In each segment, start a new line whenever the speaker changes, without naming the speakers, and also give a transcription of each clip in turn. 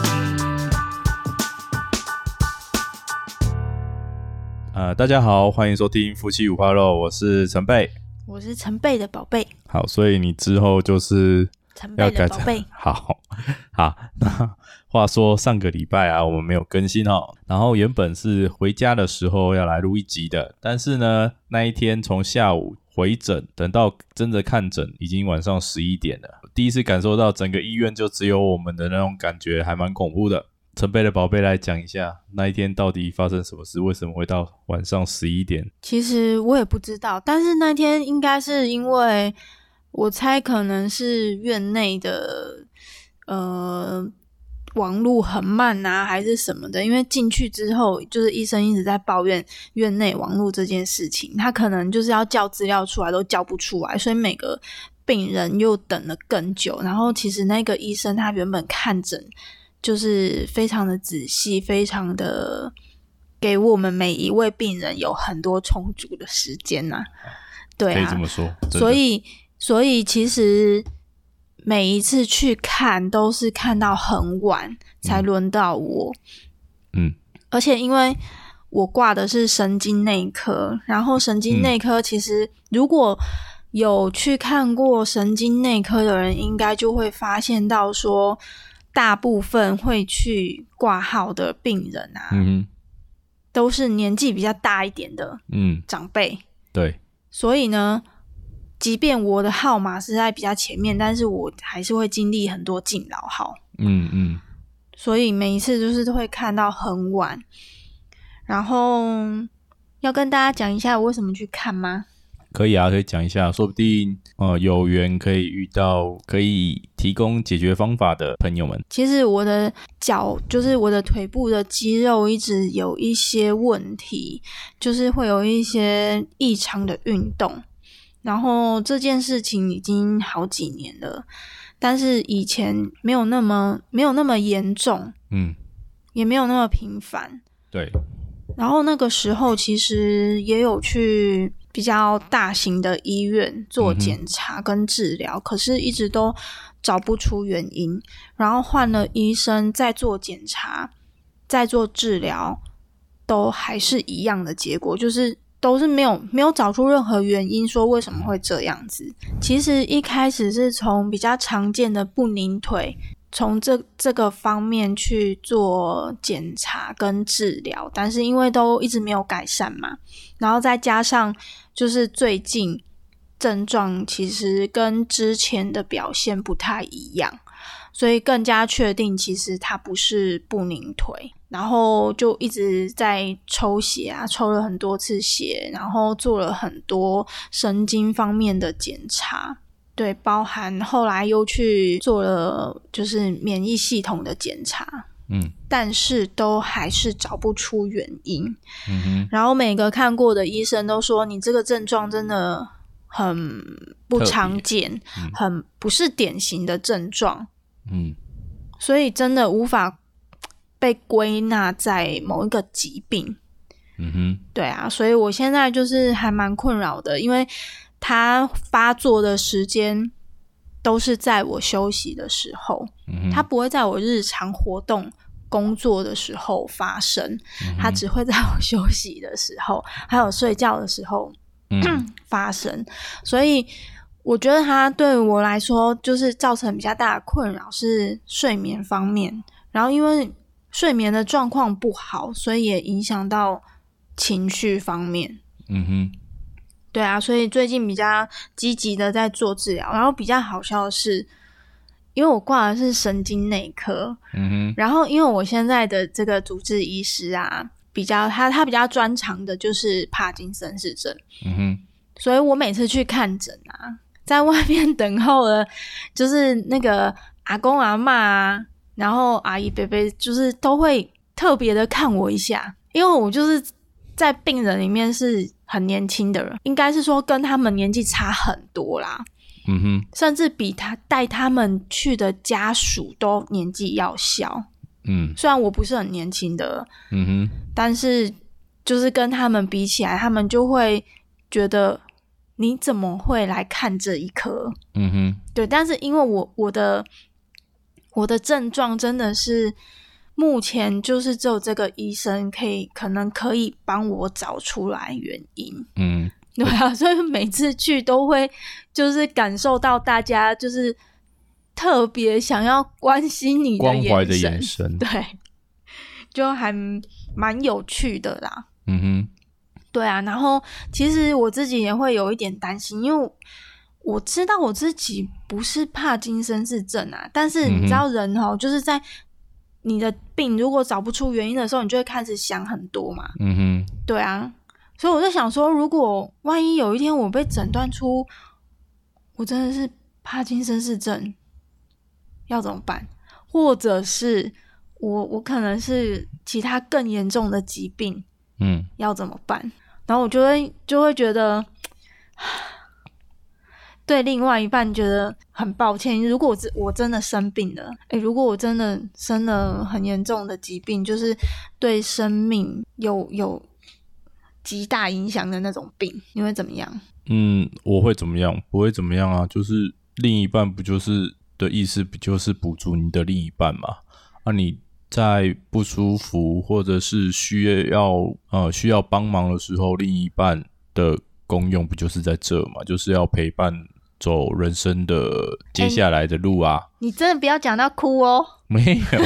那呃大家好，欢迎收听夫妻五花肉，我是陈贝。
我是陈贝的宝贝，
好，所以你之后就是
陈
要
贝
改
的宝
成，
贝
好 好。那话说上个礼拜啊，我们没有更新哦。然后原本是回家的时候要来录一集的，但是呢，那一天从下午回诊，等到真的看诊，已经晚上十一点了。第一次感受到整个医院就只有我们的那种感觉，还蛮恐怖的。陈贝的宝贝来讲一下那一天到底发生什么事，为什么会到晚上十一点？
其实我也不知道，但是那天应该是因为我猜可能是院内的呃网路很慢啊，还是什么的。因为进去之后，就是医生一直在抱怨院内网路这件事情，他可能就是要叫资料出来都叫不出来，所以每个病人又等了更久。然后其实那个医生他原本看诊就是非常的仔细，非常的给我们每一位病人有很多充足的时间呐、对
可以
啊
这，么说，真的
所以，所以其实每一次去看都是看到很晚才轮到我，
嗯，
而且因为我挂的是神经内科，然后神经内科其实如果有去看过神经内科的人，应该就会发现到说，大部分会去挂号的病人啊，
嗯哼
都是年纪比较大一点的
嗯，
长辈，
对，
所以呢，即便我的号码是在比较前面，但是我还是会经历很多敬老号，
嗯嗯。
所以每一次就是都会看到很晚。然后要跟大家讲一下我为什么去看吗？
可以啊，可以讲一下，说不定呃有缘可以遇到可以提供解决方法的朋友们。
其实我的脚，就是我的腿部的肌肉一直有一些问题，就是会有一些异常的运动。然后这件事情已经好几年了，但是以前没有那么没有那么严重，
嗯，
也没有那么频繁。
对，
然后那个时候其实也有去比较大型的医院做
嗯哼
检查跟治疗，可是一直都找不出原因。然后换了医生再做检查，再做治疗，都还是一样的结果，就是都是没有没有找出任何原因，说为什么会这样子。其实一开始是从比较常见的不宁腿。从这这个方面去做检查跟治疗，但是因为都一直没有改善嘛，然后再加上就是最近症状其实跟之前的表现不太一样，所以更加确定其实它不是不宁腿。然后就一直在抽血啊，抽了很多次血，然后做了很多神经方面的检查。对，包含后来又去做了就是免疫系统的检查，
嗯
但是都还是找不出原因。
嗯哼，
然后每个看过的医生都说，你这个症状真的很不
特别
常见，
嗯
很不是典型的症状，
嗯
所以真的无法被归纳在某一个疾病。
嗯哼，
对啊，所以我现在就是还蛮困扰的，因为它发作的时间都是在我休息的时候，
嗯哼，
它不会在我日常活动。工作的时候发生，它只会在我休息的时候，还有睡觉的时候
嗯
发生，所以我觉得它对我来说就是造成比较大的困扰是睡眠方面，然后因为睡眠的状况不好，所以也影响到情绪方面。
嗯哼，
对啊，所以最近比较积极的在做治疗，然后比较好笑的是，因为我挂的是神经内科，
嗯哼，
然后因为我现在的这个主治医师啊，比较他他比较专长的就是帕金森氏症。
嗯哼，
所以我每次去看诊啊，在外面等候了， 就是那个阿公阿嬷啊，然后阿姨伯伯，就是都会特别的看我一下，因为我就是在病人里面是很年轻的人，应该是说跟他们年纪差很多啦，
嗯哼，
甚至比他带他们去的家属都年纪要小。
嗯
虽然我不是很年轻的
嗯哼，
但是就是跟他们比起来，他们就会觉得你怎么会来看这一科？
嗯哼，
对，但是因为我我的我的症状真的是目前就是只有这个医生可以，可能可以帮我找出来原因。
嗯，
对啊，所以每次去都会就是感受到大家就是特别想要关心你
关怀的
眼
眼神，
对，就还蛮有趣的啦。
嗯哼，
对啊，然后其实我自己也会有一点担心，因为我知道我自己不是帕金森氏症啊，但是你知道人哦，就是在你的病如果找不出原因的时候，你就会开始想很多嘛。
嗯
对啊，所以我在想说，如果万一有一天我被诊断出我真的是帕金森氏症，要怎么办？或者是我我可能是其他更严重的疾病，
哼，嗯，
要怎么办？然后我就会就会觉得，对另外一半觉得很抱歉。如果我真我真的生病了，诶，如果我真的生了很严重的疾病，就是对生命有有极大影响的那种病，你会怎么样？
嗯，我会怎么样？不会怎么样啊，就是另一半不就是的意思，不就是补足你的另一半嘛？啊，你在不舒服或者是需要呃需要帮忙的时候，另一半的功用不就是在这嘛？就是要陪伴走人生的接下来的路啊。
你真的不要讲到哭哦。
没有，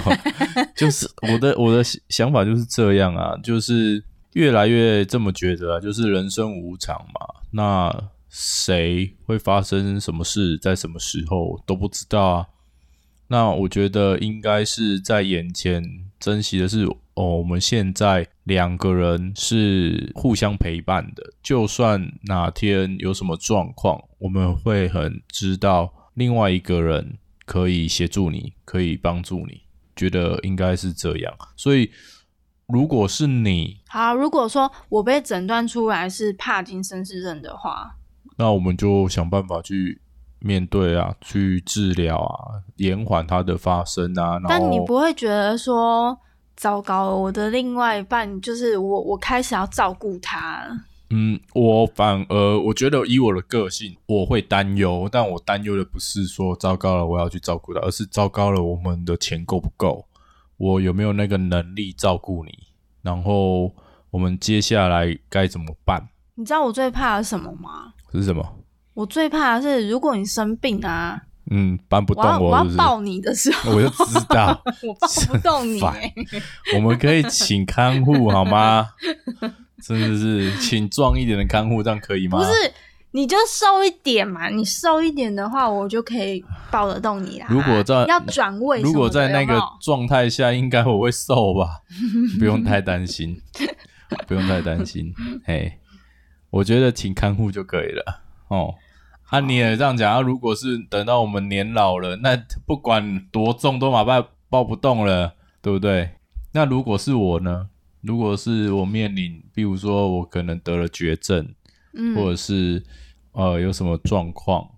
就是我的我的想法就是这样啊，就是越来越这么觉得啊，就是人生无常嘛。那谁会发生什么事，在什么时候都不知道啊。那我觉得应该是在眼前珍惜的是，哦，我们现在两个人是互相陪伴的，就算哪天有什么状况，我们会很知道另外一个人可以协助你，可以帮助你，觉得应该是这样。所以，如果是你，
好，如果说我被诊断出来是帕金森氏症的话，
那我们就想办法去。面对啊，去治疗啊，延缓它的发生啊。然后
但你不会觉得说糟糕了，我的另外一半就是我，我开始要照顾他了。
嗯，我反而我觉得以我的个性，我会担忧，但我担忧的不是说糟糕了我要去照顾他，而是糟糕了我们的钱够不够，我有没有那个能力照顾你，然后我们接下来该怎么办？
你知道我最怕的是什么吗？
是什么？
我最怕的是，如果你生病啊，
嗯，搬不动
我
是
要我
不
要
是？
抱你的时候，
我就知道，
我抱不动你、欸
真烦我们可以请看护好 吗？真的是，请壮一点的看护，这样可以吗？
不是，你就瘦一点嘛，你瘦一点的话，我就可以抱得动你啦。
如果在
要转位什
如
么的，
果在那
有没
个
有
状态下，应该我会瘦 吧，不用太担心，不用太担心。嘿，我觉得请看护就可以了。哦，啊，你也这样讲啊。如果是等到我们年老了，那不管多重都马抱抱不动了，对不对？那如果是我呢？如果是我面临，比如说我可能得了绝症，或
嗯
者是呃有什么状况，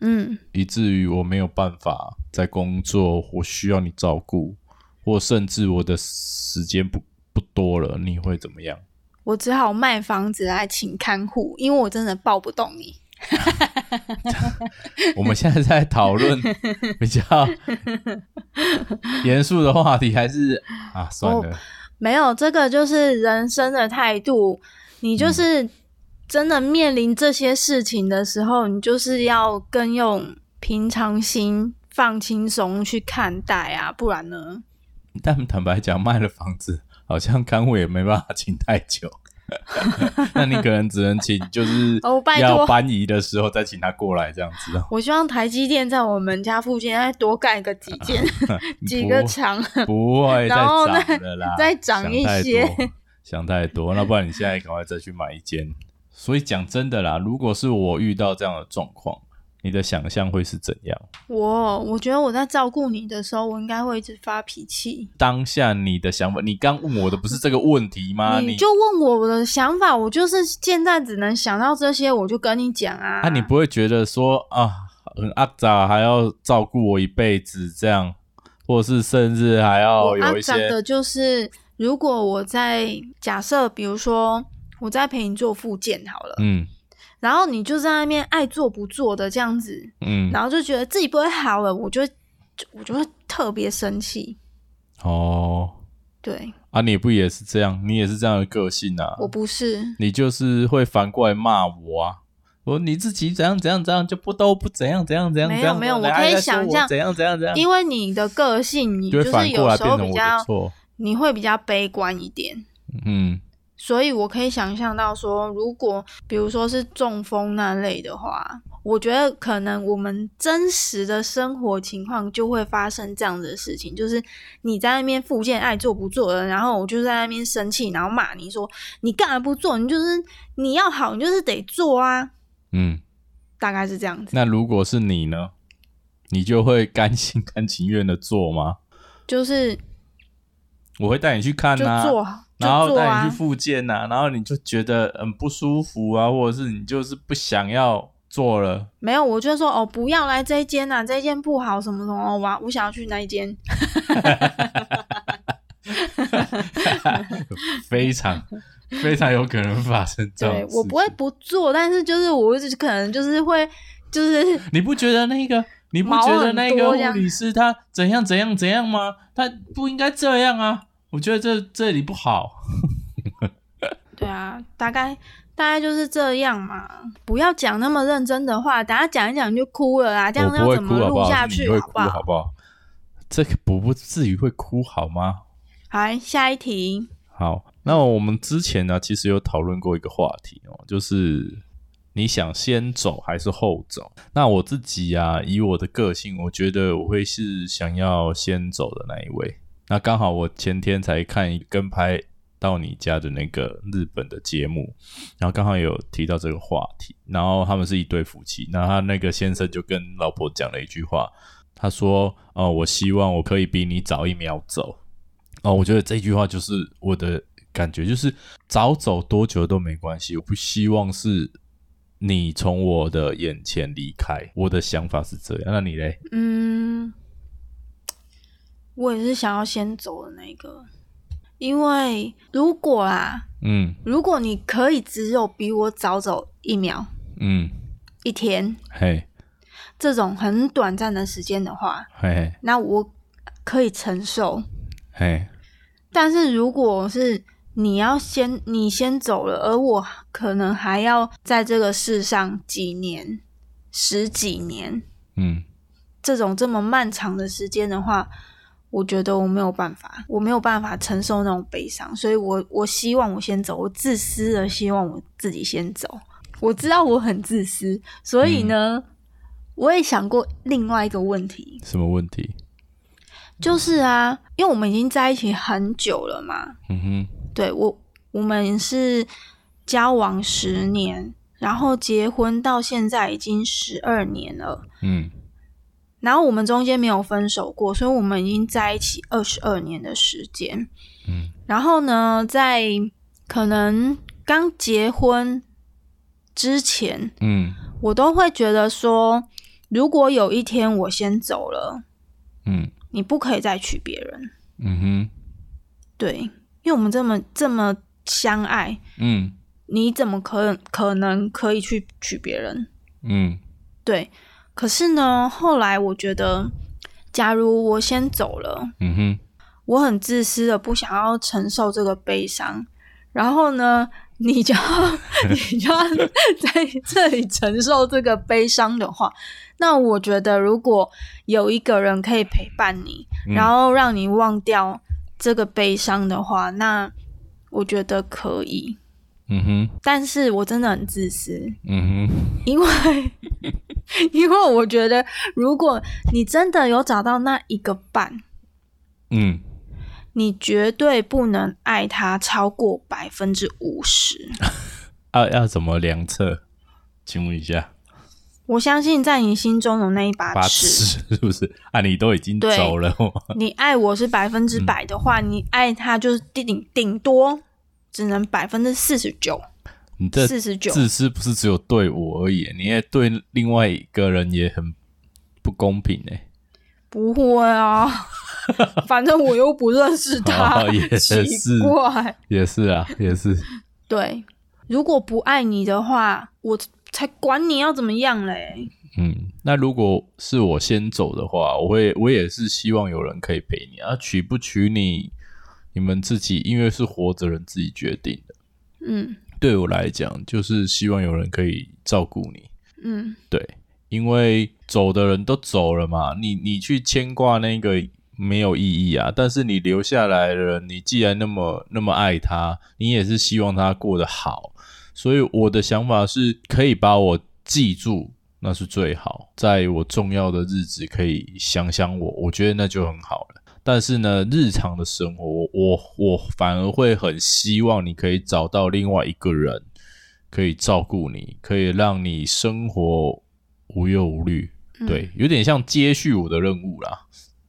嗯，
以至于我没有办法在工作，我需要你照顾，或甚至我的时间不不多了，你会怎么样？
我只好卖房子来请看护，因为我真的抱不动你。
我们现在在讨论比较严肃的话题，还是啊算了，
哦没有，这个就是人生的态度。你就是
嗯
真的面临这些事情的时候，你就是要更用平常心、放轻松去看待啊，不然呢？
但坦白讲，卖了房子，好像看护也没办法请太久。 那你可能只能请，就是
哦拜托
要搬移的时候再请他过来这样子哦。
我希望台积电在我们家附近再多盖个几
啊
间、几个厂。
不会再
然后呢
涨了啦，
再涨一些
想太多，想太多。那不然你现在赶快再去买一间。所以讲真的啦，如果是我遇到这样的状况，你的想象会是怎样？
我我觉得我在照顾你的时候，我应该会一直发脾气。
当下你的想法，你刚问我的不是这个问题吗？啊你
你就问我的想法，我就是现在只能想到这些，我就跟你讲啊。
啊，你不会觉得说啊，很阿杂，还要照顾我一辈子这样，或者是甚至还要
我阿
哦有一
杂
些
的就是，如果我在假设，比如说我在陪你做复健好了，
嗯
然后你就在那边爱做不做的这样子，
嗯
然后就觉得自己不会好了，我就我就会特别生气。
哦，
对
啊，你不也是这样？你也是这样的个性啊？
我不是，
你就是会反过来骂我啊！我你自己怎样怎样怎样就不都不怎样怎样怎样
没有
怎样
没有我
人家
可以
在说
想
我
象
怎样怎样怎样，
因为你的个性，你
啊就会
是
反过
有
来
时
变
候
成
比
我
较
的错。
你会比较悲观一点，
嗯，
所以我可以想象到说，如果比如说是中风那类的话，我觉得可能我们真实的生活情况就会发生这样的事情，就是你在那边复健爱做不做的，然后我就在那边生气，然后骂你说你干嘛不做？你就是你要好，你就是得做啊，
嗯，
大概是这样子。
那如果是你呢？你就会甘心甘情愿的做吗？
就是
我会带你去看
就
呐、
做，啊就
然后
做
带你
啊
去，复健呐、然后你就觉得很不舒服啊，或者是你就是不想要做 了。
没有，我就说哦，不要来这一间呐、啊，这一间不好，什么什么，哦我我想要去那一间，
非常非常有可能发生这
对
种事。
我不会，不做，但是就是我一直可能就是会就是
你不觉得那个？你不
毛
觉得
很
那个
多
护
这样
理师他怎样怎样怎样吗？他不应该这样啊！我觉得这这里不好。
对啊，大概大概就是这样嘛，不要讲那么认真的话，等下讲一讲就哭了啊，这样
我不
要
会
怎么
哭好不
录
好？
下
是你
去
会
好
哭好不好？这个不不至于会哭好吗？
好来下一题，
好，那我们之前呢，其实有讨论过一个话题哦，就是你想先走还是后走？那我自己啊，以我的个性，我觉得我会是想要先走的那一位。那刚好我前天才看一跟拍到你家的那个日本的节目，然后刚好有提到这个话题，然后他们是一对夫妻，那他那个先生就跟老婆讲了一句话，他说：“哦、我希望我可以比你早一秒走。”哦，我觉得这句话就是我的感觉，就是早走多久都没关系，我不希望是你从我的眼前离开。我的想法是这样，那你嘞？
嗯，我也是想要先走的那一个，因为如果啊，
嗯
如果你可以只有比我早走一秒
嗯，
一天
嘿
这种很短暂的时间的话，
嘿嘿
那我可以承受。
嘿，
但是如果是你要先你先走了，而我可能还要在这个世上几年、十几年
嗯，
这种这么漫长的时间的话，我觉得我没有办法，我没有办法承受那种悲伤，所以我我希望我先走，我自私的希望我自己先走。我知道我很自私，所以呢，我也想过另外一个问题，
什么问题？
就是啊，因为我们已经在一起很久了嘛，
嗯
对我，我们是交往十年，然后结婚到现在已经十二年了，
哼，嗯
然后我们中间没有分手过，所以我们已经在一起二十二年的时间。
嗯
然后呢，在可能刚结婚之前，
嗯
我都会觉得说，如果有一天我先走了，
嗯
你不可以再娶别人。
嗯
对，因为我们这么这么相爱，
哼，嗯
你怎么可可能可以去娶别人？
嗯
对，可是呢，后来我觉得，假如我先走了，
嗯哼，
我很自私的不想要承受这个悲伤，然后呢，你就要 你就要在这里承受这个悲伤的话，那我觉得如果有一个人可以陪伴你，
嗯
然后让你忘掉这个悲伤的话，那我觉得可以。
嗯哼，
但是我真的很自私，
嗯哼，
因为因为我觉得，如果你真的有找到那一个伴，
嗯，
你绝对不能爱他超过百分之五十。
要啊要怎么量测？请问一下，
我相信在你心中有那一把
八
尺，
尺是不是？啊，你都已经
对
走了，哦
你爱我是百分之
嗯
百的话，你爱他就是顶顶多只能百分之四十九，
你这
四十九。
自私不是只有对我而已，你也对另外一个人也很不公平哎、
不会啊， 反正我又不认识他，
哦也是
奇怪。
也是啊，也是，
对，如果不爱你的话，我才管你要怎么样嘞。
嗯，那如果是我先走的话，我会我也是希望有人可以陪你啊，娶不娶你，你们自己因为是活着人自己决定的。
嗯
对我来讲，就是希望有人可以照顾你，
嗯
对，因为走的人都走了嘛，你你去牵挂那个没有意义啊。但是你留下来的人，你既然那么那么爱他，你也是希望他过得好。所以我的想法是，可以把我记住，那是最好。在我重要的日子，可以想想我，我觉得那就很好了。但是呢，日常的生活，我我我反而会很希望你可以找到另外一个人，可以照顾你，可以让你生活无忧无虑。
嗯
对，有点像接续我的任务啦。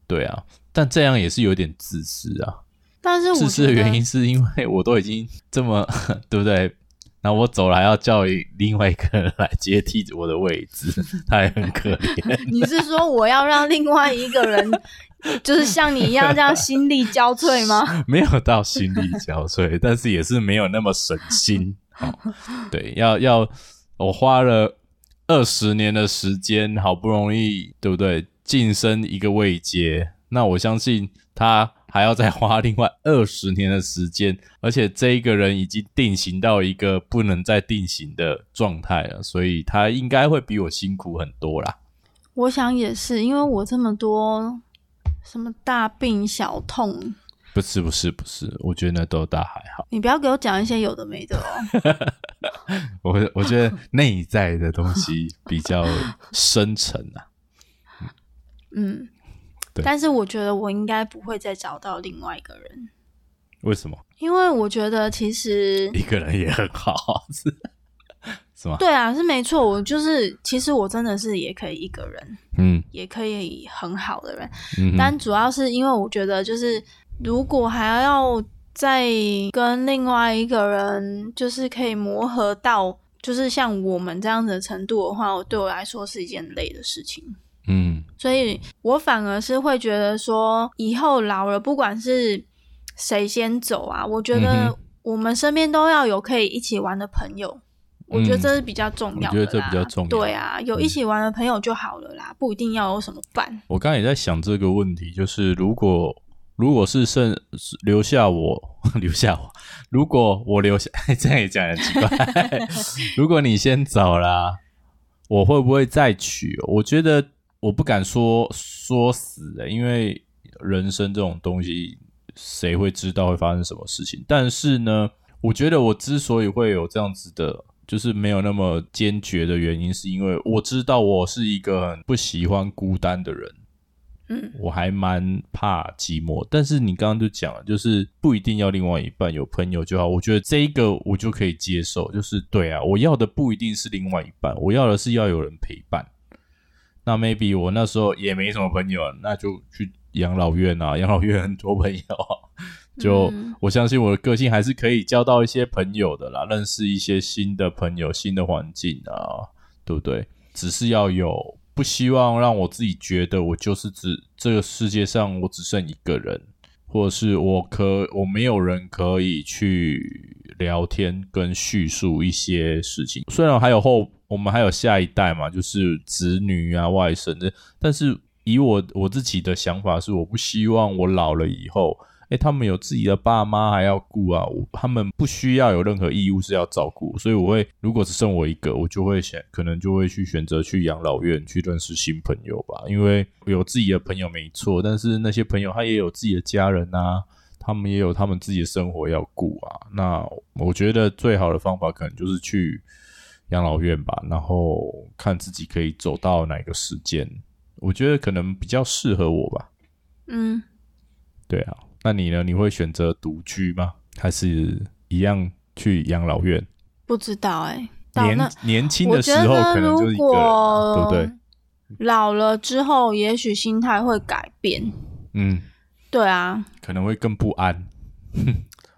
对啊，但这样也是有点自私啊。
但是我
自私的
觉得
原因是因为我都已经这么， 对不对？然后我走了还要叫另外一个人来接替我的位置， 他也很可怜。
你是说我要让另外一个人就是像你一样这样心力交瘁吗？
没有到心力交瘁，但是也是没有那么省心。哦、对，要要我花了二十年的时间，好不容易，对不对？晋升一个位阶，那我相信他还要再花另外二十年的时间，而且这一个人已经定型到一个不能再定型的状态了，所以他应该会比我辛苦很多啦。
我想也是，因为我这么多什么大病小痛，
不是不是不是，我觉得那都大还好。
你不要给我讲一些有的没的哦。
我我觉得内在的东西比较深沉啊。
嗯，
对
但是我觉得我应该不会再找到另外一个人，
为什么
因为我觉得其实
一个人也很好？是是吗？
对啊是没错，我就是其实我真的是也可以一个人，
嗯
也可以很好的人，
嗯哼，
但主要是因为我觉得，就是如果还要再跟另外一个人，就是可以磨合到，就是像我们这样子的程度的话，我对我来说是一件累的事情。
嗯
所以我反而是会觉得说，以后老了，不管是谁先走啊，我觉
嗯
得我们身边都要有可以一起玩的朋友。我觉得
嗯
这是比较重要的
我觉得
啦、
这比较重要嗯
对啊，有一起玩的朋友就好了啦，不一定要有什么伴。
我刚才也在想这个问题，就是如果如果是剩留下我 留下我，如果我留下， 这样也讲得很奇怪。 如果你先走啦、我会不会再娶？我觉得我不敢说说死、欸，因为人生这种东西，谁会知道会发生什么事情？但是呢，我觉得我之所以会有这样子的，就是没有那么坚决的原因，是因为我知道我是一个很不喜欢孤单的人。
嗯，
我还蛮怕寂寞，但是你刚刚就讲了，就是不一定要另外一半有朋友就好。我觉得这一个我就可以接受，就是对啊，我要的不一定是另外一半，我要的是要有人陪伴。那 maybe 我那时候也没什么朋友，那就去养老院啊，养老院很多朋友啊，就、
嗯
我相信我的个性还是可以交到一些朋友的啦，认识一些新的朋友、新的环境啊，对不对？只是要有不希望让我自己觉得我就是只这个世界上我只剩一个人，或者是我可我没有人可以去聊天跟叙述一些事情。虽然还有后我们还有下一代嘛，就是子女啊、外甥的，但是以我我自己的想法是，我不希望我老了以后。诶，他们有自己的爸妈还要顾啊，我他们不需要有任何义务是要照顾，所以我会如果只剩我一个，我就会选，可能就会去选择去养老院去认识新朋友吧，因为有自己的朋友没错，但是那些朋友他也有自己的家人啊，他们也有他们自己的生活要顾啊，那我觉得最好的方法可能就是去养老院吧，然后看自己可以走到哪个时间，我觉得可能比较适合我吧。
嗯，
对啊，那你呢？你会选择独居吗？还是一样去养老院？
不知道哎、到
年
那
年轻
我
的
觉
时候
得
可能就是
如
一个人啊，对不
果
对？
老了之后，也许心态会改变。
嗯，
对啊，
可能会更不安。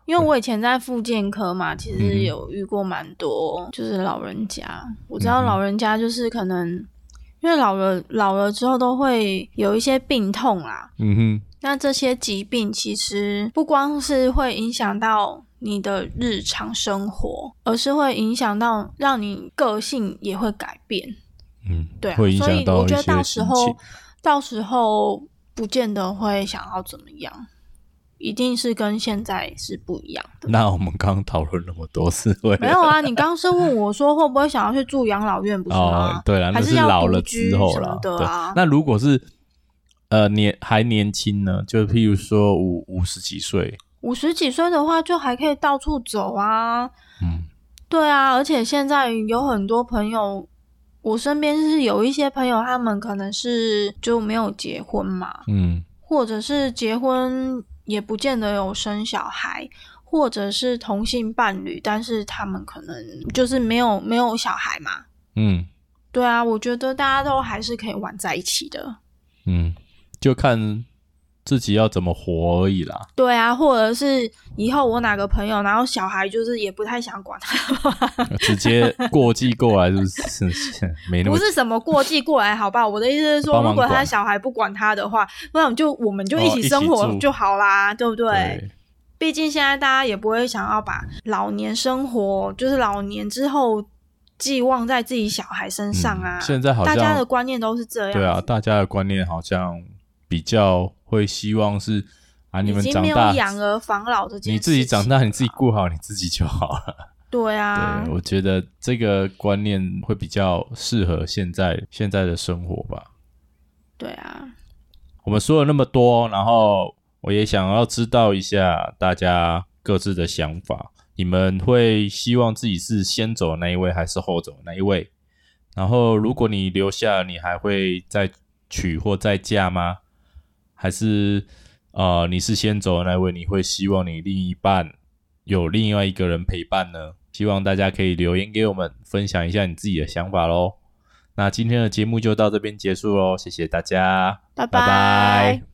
因为我以前在复健科嘛，其
嗯哼
实有遇过蛮多就是老人家。我知
嗯
道
哼
老人家就是可能因为老了老了之后都会有一些病痛啦，
嗯哼，
那这些疾病其实不光是会影响到你的日常生活，而是会影响到让你个性也会改变。
嗯，
对啊，
会影
所
响
以
到
我
一
觉
些
得到时
心
候
情。
到时候不见得会想要怎么样，一定是跟现在是不一样 的。
那我们刚刚讨论那么多是为
没
了
有啊，你刚刚是问我说会不会想要去住养老院，不是吗？
哦，对了，那
还是要
老了
独居
之后
什
了
么。的
对，
啊
那如果是呃年还年轻呢，就譬如说五五十几岁，
五十几岁的话，就还可以到处走啊。
嗯，
对啊，而且现在有很多朋友，我身边是有一些朋友，他们可能是就没有结婚嘛，
嗯
或者是结婚也不见得有生小孩，或者是同性伴侣，但是他们可能就是没有没有小孩嘛。
嗯
对啊，我觉得大家都还是可以玩在一起的。
嗯，就看自己要怎么活而已啦。
对啊，或者是以后我哪个朋友，然后小孩就是也不太想管他，
直接过继过来是不是？没那
不
么
是什么过继过来，好吧？我的意思是说，
帮忙
如果他
管
小孩不管他的话，那我们就我们就一
哦一
起
起
生活
住
就好啦，对不对？
对，
毕竟现在大家也不会想要把老年生活，就是老年之后寄望在自己小孩身上啊。
嗯现在好
大
像
家的观念都是这样，
对啊，，大家的观念好像比较会希望是啊，你
已
们
经
长
没有
大，
养儿防老这件
你
事情。
自己长大，你自己顾好你自己就好了。
对 啊
对，，我觉得这个观念会比较适合现在现在的生活吧。
对啊，
我们说了那么多，然后我也想要知道一下大家各自的想法。你们会希望自己是先走的那一位，还是后走的那一位？然后，如果你留下，你还会再娶或再嫁吗？还是呃，你是先走的那一位，你会希望你另一半有另外一个人陪伴呢？希望大家可以留言给我们，分享一下你自己的想法喽。那今天的节目就到这边结束喽，谢谢大家。
拜
拜拜